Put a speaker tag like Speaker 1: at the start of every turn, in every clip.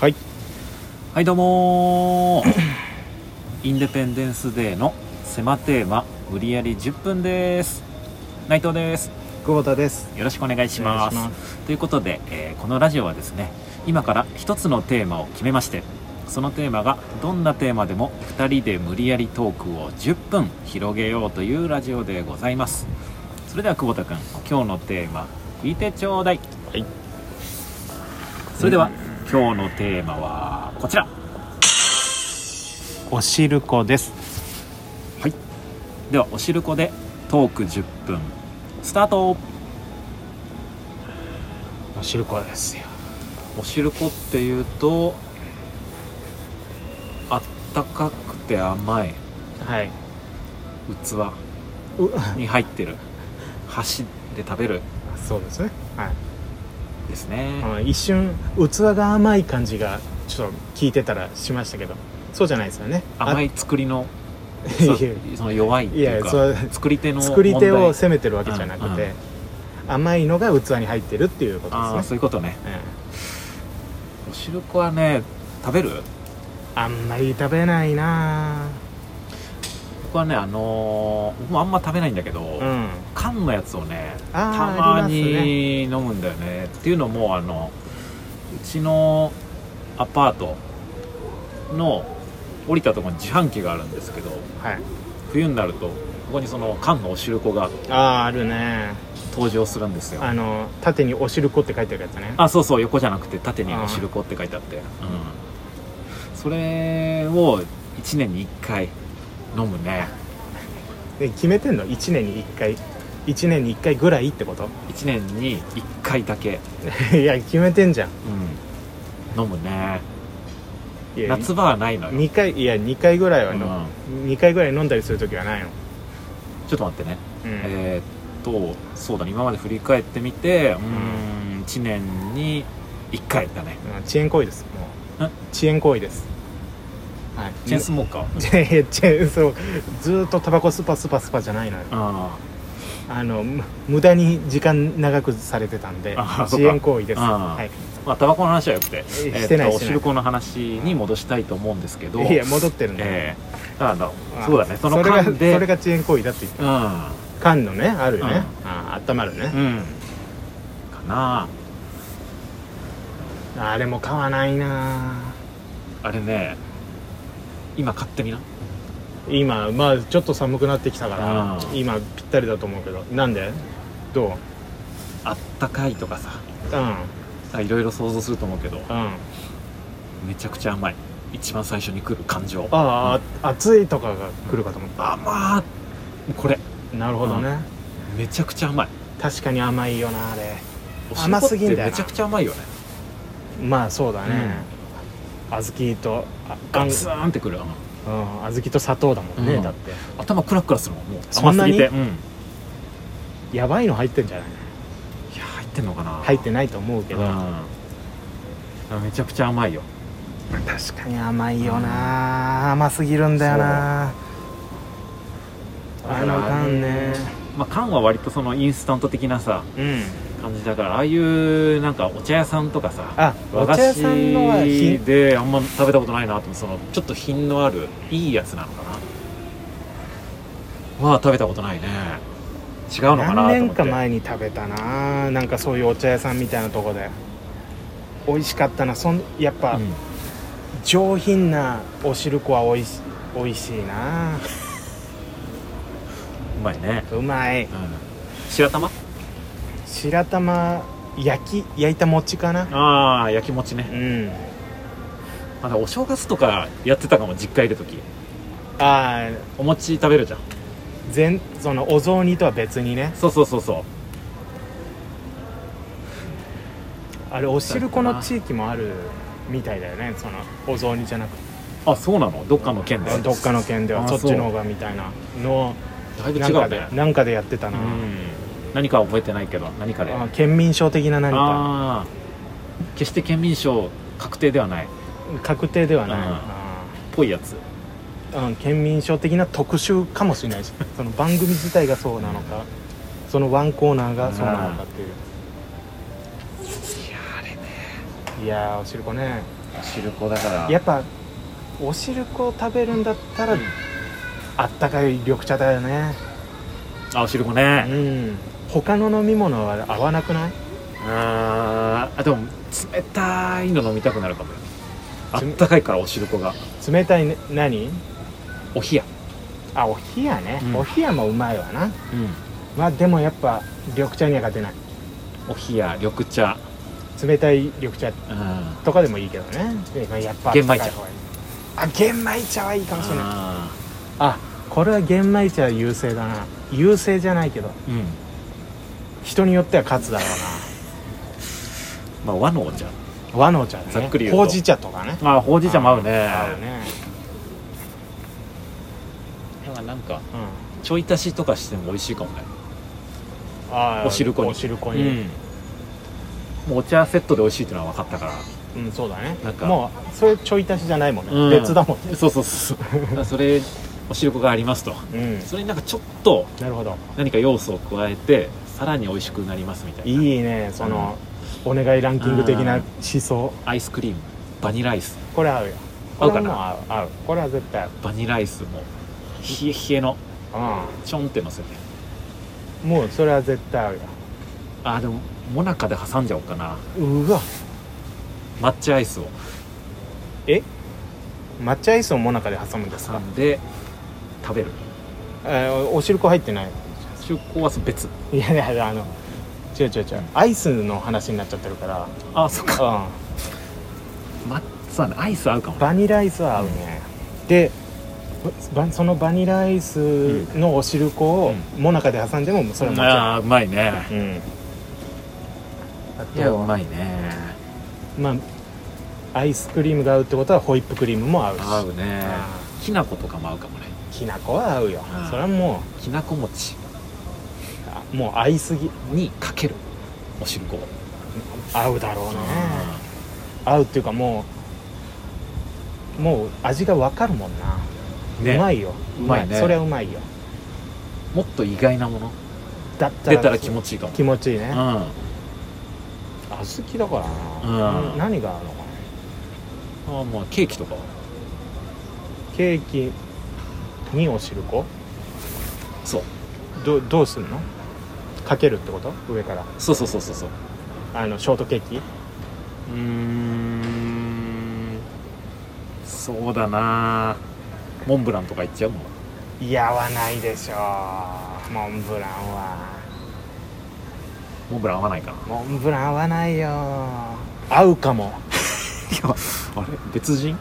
Speaker 1: はい
Speaker 2: はいどうもー インデペンデンスデーの狭テーマ無理やり10分です内藤です
Speaker 1: 久保田です
Speaker 2: よろしくお願いします
Speaker 1: お願いし
Speaker 2: ということで、えーこのラジオはですね今から一つのテーマを決めましてそのテーマがどんなテーマでも2人で無理やりトークを10分広げようというラジオでございますそれでは久保田君今日のテーマ聞いてちょうだい
Speaker 1: はい
Speaker 2: それでは今日のテーマはこちら
Speaker 1: おしるこです
Speaker 2: ではおしるこでトーク10分スタート
Speaker 1: おしるこですよ
Speaker 2: おしるこっていうとあったかくて甘い
Speaker 1: はい
Speaker 2: 器
Speaker 1: う
Speaker 2: に入ってる箸で食べる
Speaker 1: そうですねはい
Speaker 2: ですね、
Speaker 1: あの一瞬器が甘い感じがちょっと聞いてたらしましたけどそうじゃないですよね
Speaker 2: 甘
Speaker 1: い
Speaker 2: い作りの
Speaker 1: い
Speaker 2: そ
Speaker 1: やい
Speaker 2: その弱いって
Speaker 1: や
Speaker 2: い
Speaker 1: いうや
Speaker 2: か
Speaker 1: そう
Speaker 2: 作り手の
Speaker 1: 作り手を
Speaker 2: 問題
Speaker 1: 責めてるわけじゃなくて、
Speaker 2: うん
Speaker 1: 甘いのが器に入ってるっていうこと
Speaker 2: ああ
Speaker 1: ですね
Speaker 2: そういうことね
Speaker 1: え
Speaker 2: おしるこはね食べる
Speaker 1: えあんまり食べないな
Speaker 2: 僕はねあのー僕もあんま食べないんだけど、
Speaker 1: ぁうん
Speaker 2: 缶のやつをね
Speaker 1: あ
Speaker 2: た
Speaker 1: ー
Speaker 2: ま
Speaker 1: ありますね
Speaker 2: に飲むんだよねっていうのもあのうちのアパートの降りたところに自販機があるんですけど
Speaker 1: はい
Speaker 2: 冬になるとここにその缶のおしるこが
Speaker 1: あああるね
Speaker 2: 登場するんですよ
Speaker 1: あの縦に「おしるこ」って書いてあるやつね
Speaker 2: あそうそう横じゃなくて縦に「おしるこ」って書いてあって、うん、それを1年に1回飲むね
Speaker 1: で決めてんの1年に1回1年に1回ぐらいってこと
Speaker 2: 1年に1回だけ、
Speaker 1: いや決めてんじゃん
Speaker 2: うん、飲むね
Speaker 1: いや
Speaker 2: 夏場はないのよ、
Speaker 1: 2回いや2回ぐらいはの、
Speaker 2: うん
Speaker 1: 2回ぐらい飲んだりする時はないの
Speaker 2: ちょっと待ってね
Speaker 1: うん、
Speaker 2: えーっとそうだね今まで振り返ってみてうーん1年に1回だね
Speaker 1: うん遅延行為ですもう
Speaker 2: え
Speaker 1: 遅延行為ですはい
Speaker 2: チェーンスモーカー
Speaker 1: チェーンチェーンそうずーっとタバコスパスパスパじゃないのよ
Speaker 2: あ
Speaker 1: あのむ無駄に時間長くされてたんで
Speaker 2: あそうか
Speaker 1: 遅延行為です
Speaker 2: あ
Speaker 1: はい、
Speaker 2: ーまあタバコの話はよくて
Speaker 1: してない
Speaker 2: え
Speaker 1: して
Speaker 2: ー
Speaker 1: な
Speaker 2: っ
Speaker 1: い
Speaker 2: とおしるこの話に戻したいと思うんですけど
Speaker 1: いや戻ってるんだよ、
Speaker 2: えーただあの
Speaker 1: あ
Speaker 2: そうだねその
Speaker 1: れが
Speaker 2: 間で
Speaker 1: それが遅延行為だって言って
Speaker 2: う
Speaker 1: 缶のねあるよね、
Speaker 2: うん
Speaker 1: ああ温まるね、
Speaker 2: んうんかな
Speaker 1: あれも買わないな
Speaker 2: あれね今買ってみな
Speaker 1: 今まあちょっと寒くなってきたから
Speaker 2: うん
Speaker 1: 今ぴったりだと思うけどなんでどううん
Speaker 2: あったかいとかさ
Speaker 1: う
Speaker 2: さいろいろ想像すると思うけど
Speaker 1: ん
Speaker 2: めちゃくちゃ甘い一番最初に来る感情
Speaker 1: ああ暑いとかが来るかと思っ
Speaker 2: 甘っこれ
Speaker 1: たなるほどね
Speaker 2: めちゃくちゃ甘い
Speaker 1: 確かに甘いよなあれ
Speaker 2: おしるこ
Speaker 1: 甘
Speaker 2: っ
Speaker 1: すぎん
Speaker 2: て
Speaker 1: だよな
Speaker 2: めちゃくちゃ甘いよね
Speaker 1: まあそうだね小豆とああ
Speaker 2: ガ
Speaker 1: ん
Speaker 2: ツーンってくるあの
Speaker 1: うん小豆と砂糖だもんね
Speaker 2: うん
Speaker 1: だって
Speaker 2: 頭クラクラするもんもう
Speaker 1: そんなに
Speaker 2: 甘すぎてうんい
Speaker 1: やばいの入ってんじゃない
Speaker 2: や入ってんのかな
Speaker 1: 入って
Speaker 2: ない
Speaker 1: ないと思うけ
Speaker 2: け
Speaker 1: ど
Speaker 2: どめちゃくちゃ甘いよ
Speaker 1: 確かに甘いよな甘すぎるんだよなあの缶ね
Speaker 2: まあ缶は割とそのインスタント的なさ
Speaker 1: うん
Speaker 2: 感じだからああいうなんかお茶屋さんとかさ
Speaker 1: あ
Speaker 2: 和
Speaker 1: お
Speaker 2: 菓
Speaker 1: 茶屋さんのはひ
Speaker 2: 子であんま食べたことないなと思ってそのちょっと品のあるいいやつなのかなは食べたことないね違うのかなと思っ
Speaker 1: 何
Speaker 2: て
Speaker 1: 年か前に食べたななんかそういうお茶屋さんみたいなとこで美味しかったなそんやっぱ、
Speaker 2: うん
Speaker 1: 上品なお汁粉は美味し美味しいな
Speaker 2: うまいね、
Speaker 1: うまい
Speaker 2: うん、白玉
Speaker 1: 白玉焼き焼いた餅かな
Speaker 2: ああ焼き餅
Speaker 1: う
Speaker 2: ね
Speaker 1: ん
Speaker 2: まだお正月とかやってたかも実家いる時
Speaker 1: ああ
Speaker 2: お餅食べるじゃん
Speaker 1: 全そのお雑煮とは別にね
Speaker 2: そうそうそうそ
Speaker 1: あれお汁粉の地域もあるみたいだよねそのお雑煮じゃなくて
Speaker 2: うあそうなのどっかの県で
Speaker 1: どっかの県では
Speaker 2: あ
Speaker 1: そ
Speaker 2: ー
Speaker 1: っちの方がみたいなの
Speaker 2: だいぶ
Speaker 1: な
Speaker 2: 違
Speaker 1: んか
Speaker 2: う
Speaker 1: で
Speaker 2: ね
Speaker 1: なんかでやってた
Speaker 2: う
Speaker 1: な、
Speaker 2: ん何かは覚えてないけど何かで
Speaker 1: あ
Speaker 2: あ
Speaker 1: 県民賞的な何か
Speaker 2: あー決して県民賞確定ではないっ
Speaker 1: 確定ではない、
Speaker 2: うん
Speaker 1: あ
Speaker 2: ぽいやつ
Speaker 1: ーうん、県民賞的な特集かもしれない しその番組自体がそうなのかそのワンコーナーがそうなのかっていう
Speaker 2: いやあれね
Speaker 1: いやーおしるこね
Speaker 3: おしるこだから
Speaker 1: やっぱおしるこを食べるんだったらあったかい緑茶だよね
Speaker 2: あおしるこ
Speaker 1: う
Speaker 2: ね
Speaker 1: ん他の飲み物は合わなくない
Speaker 2: あーあでも冷たいの飲みたくなるかもよあったかいからおしるこが
Speaker 1: 冷たい、ね、何
Speaker 2: お冷や
Speaker 1: あお冷やね、
Speaker 2: うん
Speaker 1: お冷やもうまいわな
Speaker 2: うん
Speaker 1: まあでもやっぱ緑茶には勝てない
Speaker 2: お冷や緑茶
Speaker 1: 冷たい緑茶
Speaker 2: うん
Speaker 1: とかでもいいけどねでまあやっぱ
Speaker 2: 玄米茶
Speaker 1: あったかい方がいいあ玄米茶はいいかもしれない
Speaker 2: あ
Speaker 1: あこれは玄米茶優勢だな優勢じゃないけど
Speaker 2: ーうん
Speaker 1: 人によっては勝つだろ
Speaker 2: まあ和のお茶
Speaker 1: うな和の茶だね
Speaker 2: ざっくり言うと
Speaker 1: ほうじ茶とかね
Speaker 2: まあほうじ茶も合うね
Speaker 1: 合うね
Speaker 2: なんかなんか
Speaker 1: うん
Speaker 2: ちょい足しとかしても美味しいかもね
Speaker 1: あー
Speaker 2: お汁粉に
Speaker 1: お汁粉
Speaker 2: う
Speaker 1: に
Speaker 2: んもうお茶セットで美味しいっていうのは分かったから
Speaker 1: うん、そうだね
Speaker 2: なんか
Speaker 1: もうそれちょい足しじゃないもんね、
Speaker 2: うん
Speaker 1: 別だもんね
Speaker 2: そうそうそう そうそれおしるこがありますと
Speaker 1: うん
Speaker 2: それになんかちょっと
Speaker 1: なるほど
Speaker 2: 何か要素を加えてさらに美味しくなりますみたいない
Speaker 1: いねその、お願いランキング的な思想
Speaker 2: アイスクリームバニラアイス
Speaker 1: これ合うよ
Speaker 2: 合うかな
Speaker 1: これはもう合う合うこれは絶対
Speaker 2: バニラアイスも冷え冷えの
Speaker 1: 合う、
Speaker 2: ちょんってのせて
Speaker 1: うん、もうそれは絶対合うよ
Speaker 2: あーでももなかで挟んじゃおうかな
Speaker 1: うわ
Speaker 2: 抹茶アイスを
Speaker 1: え抹茶アイスをもなかで挟むんです
Speaker 2: 挟
Speaker 1: か、
Speaker 2: んで食べる
Speaker 1: えーおお汁粉入ってない
Speaker 2: 中高は別
Speaker 1: いやいやいやあの違う違う違うアイスの話になっちゃってるから、
Speaker 2: あーそっか
Speaker 1: う
Speaker 2: まそうだねアイス合うかも
Speaker 1: ん、
Speaker 2: ね
Speaker 1: バニラアイスは合うね、でばそのバニラアイスのお汁粉をもなかで挟んでもそれはもち
Speaker 2: あ
Speaker 1: ろ
Speaker 2: あうまいね
Speaker 1: んうんあ
Speaker 2: いや
Speaker 1: と
Speaker 2: うまいね
Speaker 1: まあアイスクリームが合うってことはホイップクリームも合うし
Speaker 2: 合うね
Speaker 1: あ
Speaker 2: きな粉とかも合うかもね
Speaker 1: きな粉は合うよ
Speaker 2: あー
Speaker 1: それはも
Speaker 2: きなこ餅
Speaker 1: うあもう合いすぎ
Speaker 2: にかけるお汁粉を
Speaker 1: 合うだろうね合うっていうかもうもう味が分かるもんな、
Speaker 2: ね
Speaker 1: うまいよ
Speaker 2: うまいね
Speaker 1: それはうまいよ
Speaker 2: もっと意外なもの
Speaker 1: だった
Speaker 2: 出
Speaker 1: ら
Speaker 2: たら気持ちいいかも
Speaker 1: 気持ちいいね、
Speaker 2: うん
Speaker 1: あ好きだからな、
Speaker 2: うん
Speaker 1: 何があるのかな
Speaker 2: あまあケーキとかは
Speaker 1: ケーキにお汁粉
Speaker 2: そう
Speaker 1: どどうすんのかけるってこと上から
Speaker 2: そうそうそうそうそう
Speaker 1: あのショートケーキ
Speaker 2: うーんそうだなモンブランとかいっちゃうもん
Speaker 1: いやはないでしょうモンブランは
Speaker 2: モンブラン合わないかな
Speaker 1: モンブラン合わないよ合うかも
Speaker 2: いやあれ別人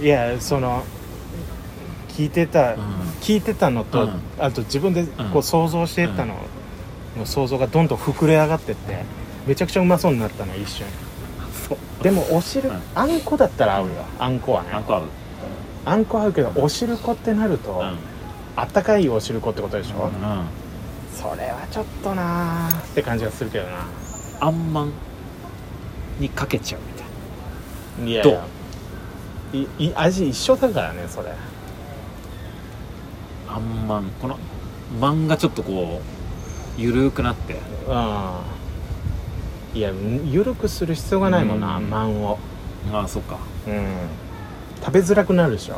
Speaker 1: いやその聞いてた、聞いてたのと、
Speaker 2: うん
Speaker 1: あと自分でこ
Speaker 2: う
Speaker 1: うん想像してたのの想像がどんどん膨れ上がってってめちゃくちゃうまそうになったの一瞬
Speaker 2: そう
Speaker 1: でもお汁、
Speaker 2: うん
Speaker 1: あんこだったら合うよあんこはね
Speaker 2: 何個合う
Speaker 1: あんこ合うけどお汁粉ってなると、あったかいお汁粉ってことでしょ、
Speaker 2: うんうん
Speaker 1: それはちょっとなーって感じがするけどな
Speaker 2: あんまんにかけちゃうみたい
Speaker 1: いや
Speaker 2: どう
Speaker 1: いい味一緒だからねそれ
Speaker 2: なあんまんこのまんがちょっとこうゆるくなって
Speaker 1: うんいやゆるくする必要がないもんな、
Speaker 2: うん
Speaker 1: まんを
Speaker 2: ああそっか
Speaker 1: うん食べづらくなるでしょ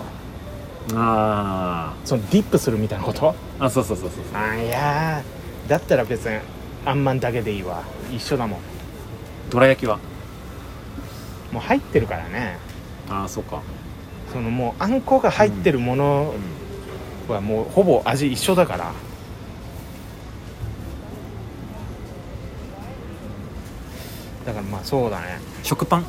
Speaker 2: あ
Speaker 1: そのディップするみたいなこと
Speaker 2: ーあそうそうそうそう
Speaker 1: あーいやーだったら別にあんまんだけでいいわ一緒だもん
Speaker 2: どら焼きは
Speaker 1: もう入ってるからね
Speaker 2: ああそっか
Speaker 1: そのもうあんこが入ってるものはもうほぼ味一緒だからだからまあそうだね
Speaker 2: 食パン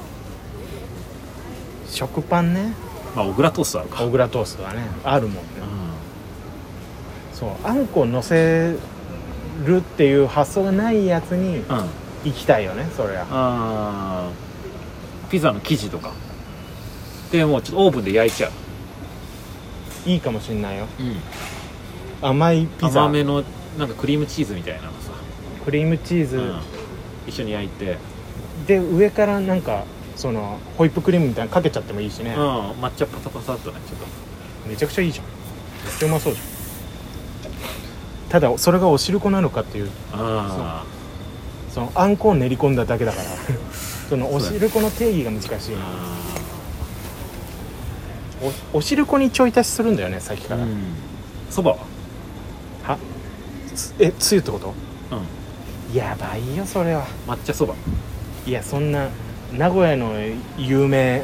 Speaker 1: 食パンね
Speaker 2: まあ小倉トーストあるか
Speaker 1: 小倉トーストはねあるもんね
Speaker 2: う
Speaker 1: そうあんこを乗せるっていう発想がないやつに
Speaker 2: ん、うん、
Speaker 1: 行きたいよねそりゃ
Speaker 2: あーピザの生地とかでもうちょっとオーブンで焼いちゃう、
Speaker 1: いいかもしんないよ甘いピザ
Speaker 2: 甘めのなんかクリームチーズみたいなのさ、
Speaker 1: クリームチーズ、
Speaker 2: うん一緒に焼いて、
Speaker 1: で上からなんかそのホイップクリームみたいなのかけちゃってもいいしね、
Speaker 2: うん抹茶パサパサっとねちょっと
Speaker 1: めちゃくちゃいいじゃんめっちゃうまそうじゃんただそれがお汁粉なのかっていう
Speaker 2: あ
Speaker 1: そのあんこを練り込んだだけだから そのおしるこの定義が難しいな
Speaker 2: あ
Speaker 1: おおしるこにちょい足しするんだよねさっき
Speaker 2: ー
Speaker 1: か
Speaker 2: う
Speaker 1: ら、
Speaker 2: んそばは
Speaker 1: はつえつゆってこと
Speaker 2: うん
Speaker 1: やばいよそれは
Speaker 2: 抹茶そば
Speaker 1: いやそんな名古屋の有名
Speaker 2: う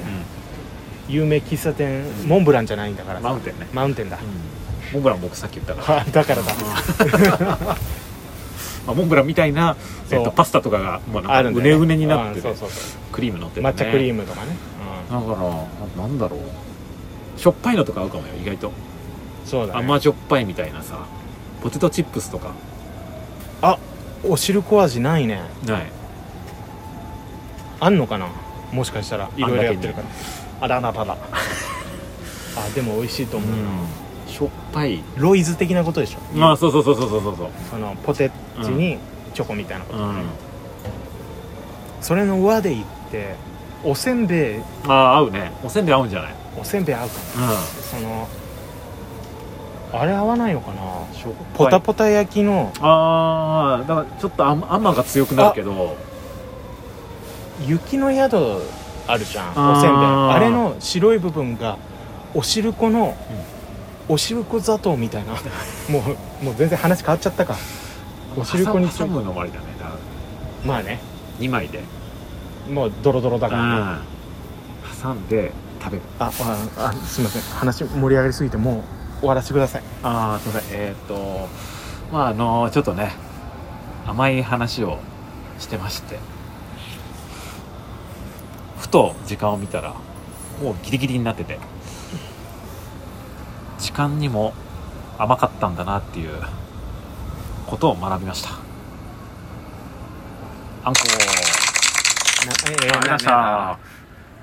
Speaker 1: 有名喫茶店モンブランじゃないんだから
Speaker 2: ん
Speaker 1: さ
Speaker 2: マウンテンね
Speaker 1: マウンテンだ、
Speaker 2: モンブラン僕さっき言っ たから
Speaker 1: はだからだ
Speaker 2: まあ、モンブランみたいな、えっ
Speaker 1: そ
Speaker 2: と、
Speaker 1: う
Speaker 2: パスタとかがもうな
Speaker 1: あ
Speaker 2: んか
Speaker 1: るん
Speaker 2: う
Speaker 1: だ
Speaker 2: ね
Speaker 1: よ
Speaker 2: うねになって
Speaker 1: うん
Speaker 2: て
Speaker 1: そうそうそ
Speaker 2: クリーム乗って
Speaker 1: う
Speaker 2: て、ね、
Speaker 1: 抹茶クリー
Speaker 2: ム
Speaker 1: ムとかね、
Speaker 2: だからなんだろうしょっぱいのとか合うかもよ意外と
Speaker 1: うん、そうだ、ね、
Speaker 2: 甘じょっぱいみたいなさポテトチップスとか
Speaker 1: あおしるこ味ないね
Speaker 2: ない
Speaker 1: あんのかなもしかしたらいろいろやってるからあらなば だあでも美味しいと思うな、
Speaker 2: しょっぱい
Speaker 1: ロイズ的なことでしょ
Speaker 2: ああそうそうそうそうそうそうそう
Speaker 1: そのポテチにチョコみたいなこと、
Speaker 2: うん
Speaker 1: それの和でいっておせんべい
Speaker 2: ああ合うねおせんべい合うんじゃない
Speaker 1: おせんべい合うか
Speaker 2: う
Speaker 1: なそのあれ合わないのかなん
Speaker 2: しょっぱい
Speaker 1: ポタポタ焼きの
Speaker 2: ああだからちょっと甘甘が強くなるけど
Speaker 1: 雪の宿あるじゃん
Speaker 2: あー
Speaker 1: おせんべいあれの白い部分がおしるこの、おしるこ砂糖みた いなもうもう全然話変わっちゃったかおしるこに
Speaker 2: 挟むのもありだねだから
Speaker 1: まあね
Speaker 2: 2枚で
Speaker 1: もうドロドロだから、ね、
Speaker 2: うん挟んで食べる
Speaker 1: あああすいません話盛り上がりすぎてもう終わらせてください
Speaker 2: ああすいませんえっ、とまああのちょっとね甘い話をしてましてふと時間を見たらもうギリギリになってて時間にも甘かったんだなっていうことを学びましたあ
Speaker 1: な
Speaker 2: んこ
Speaker 1: えー
Speaker 2: ありがとうございました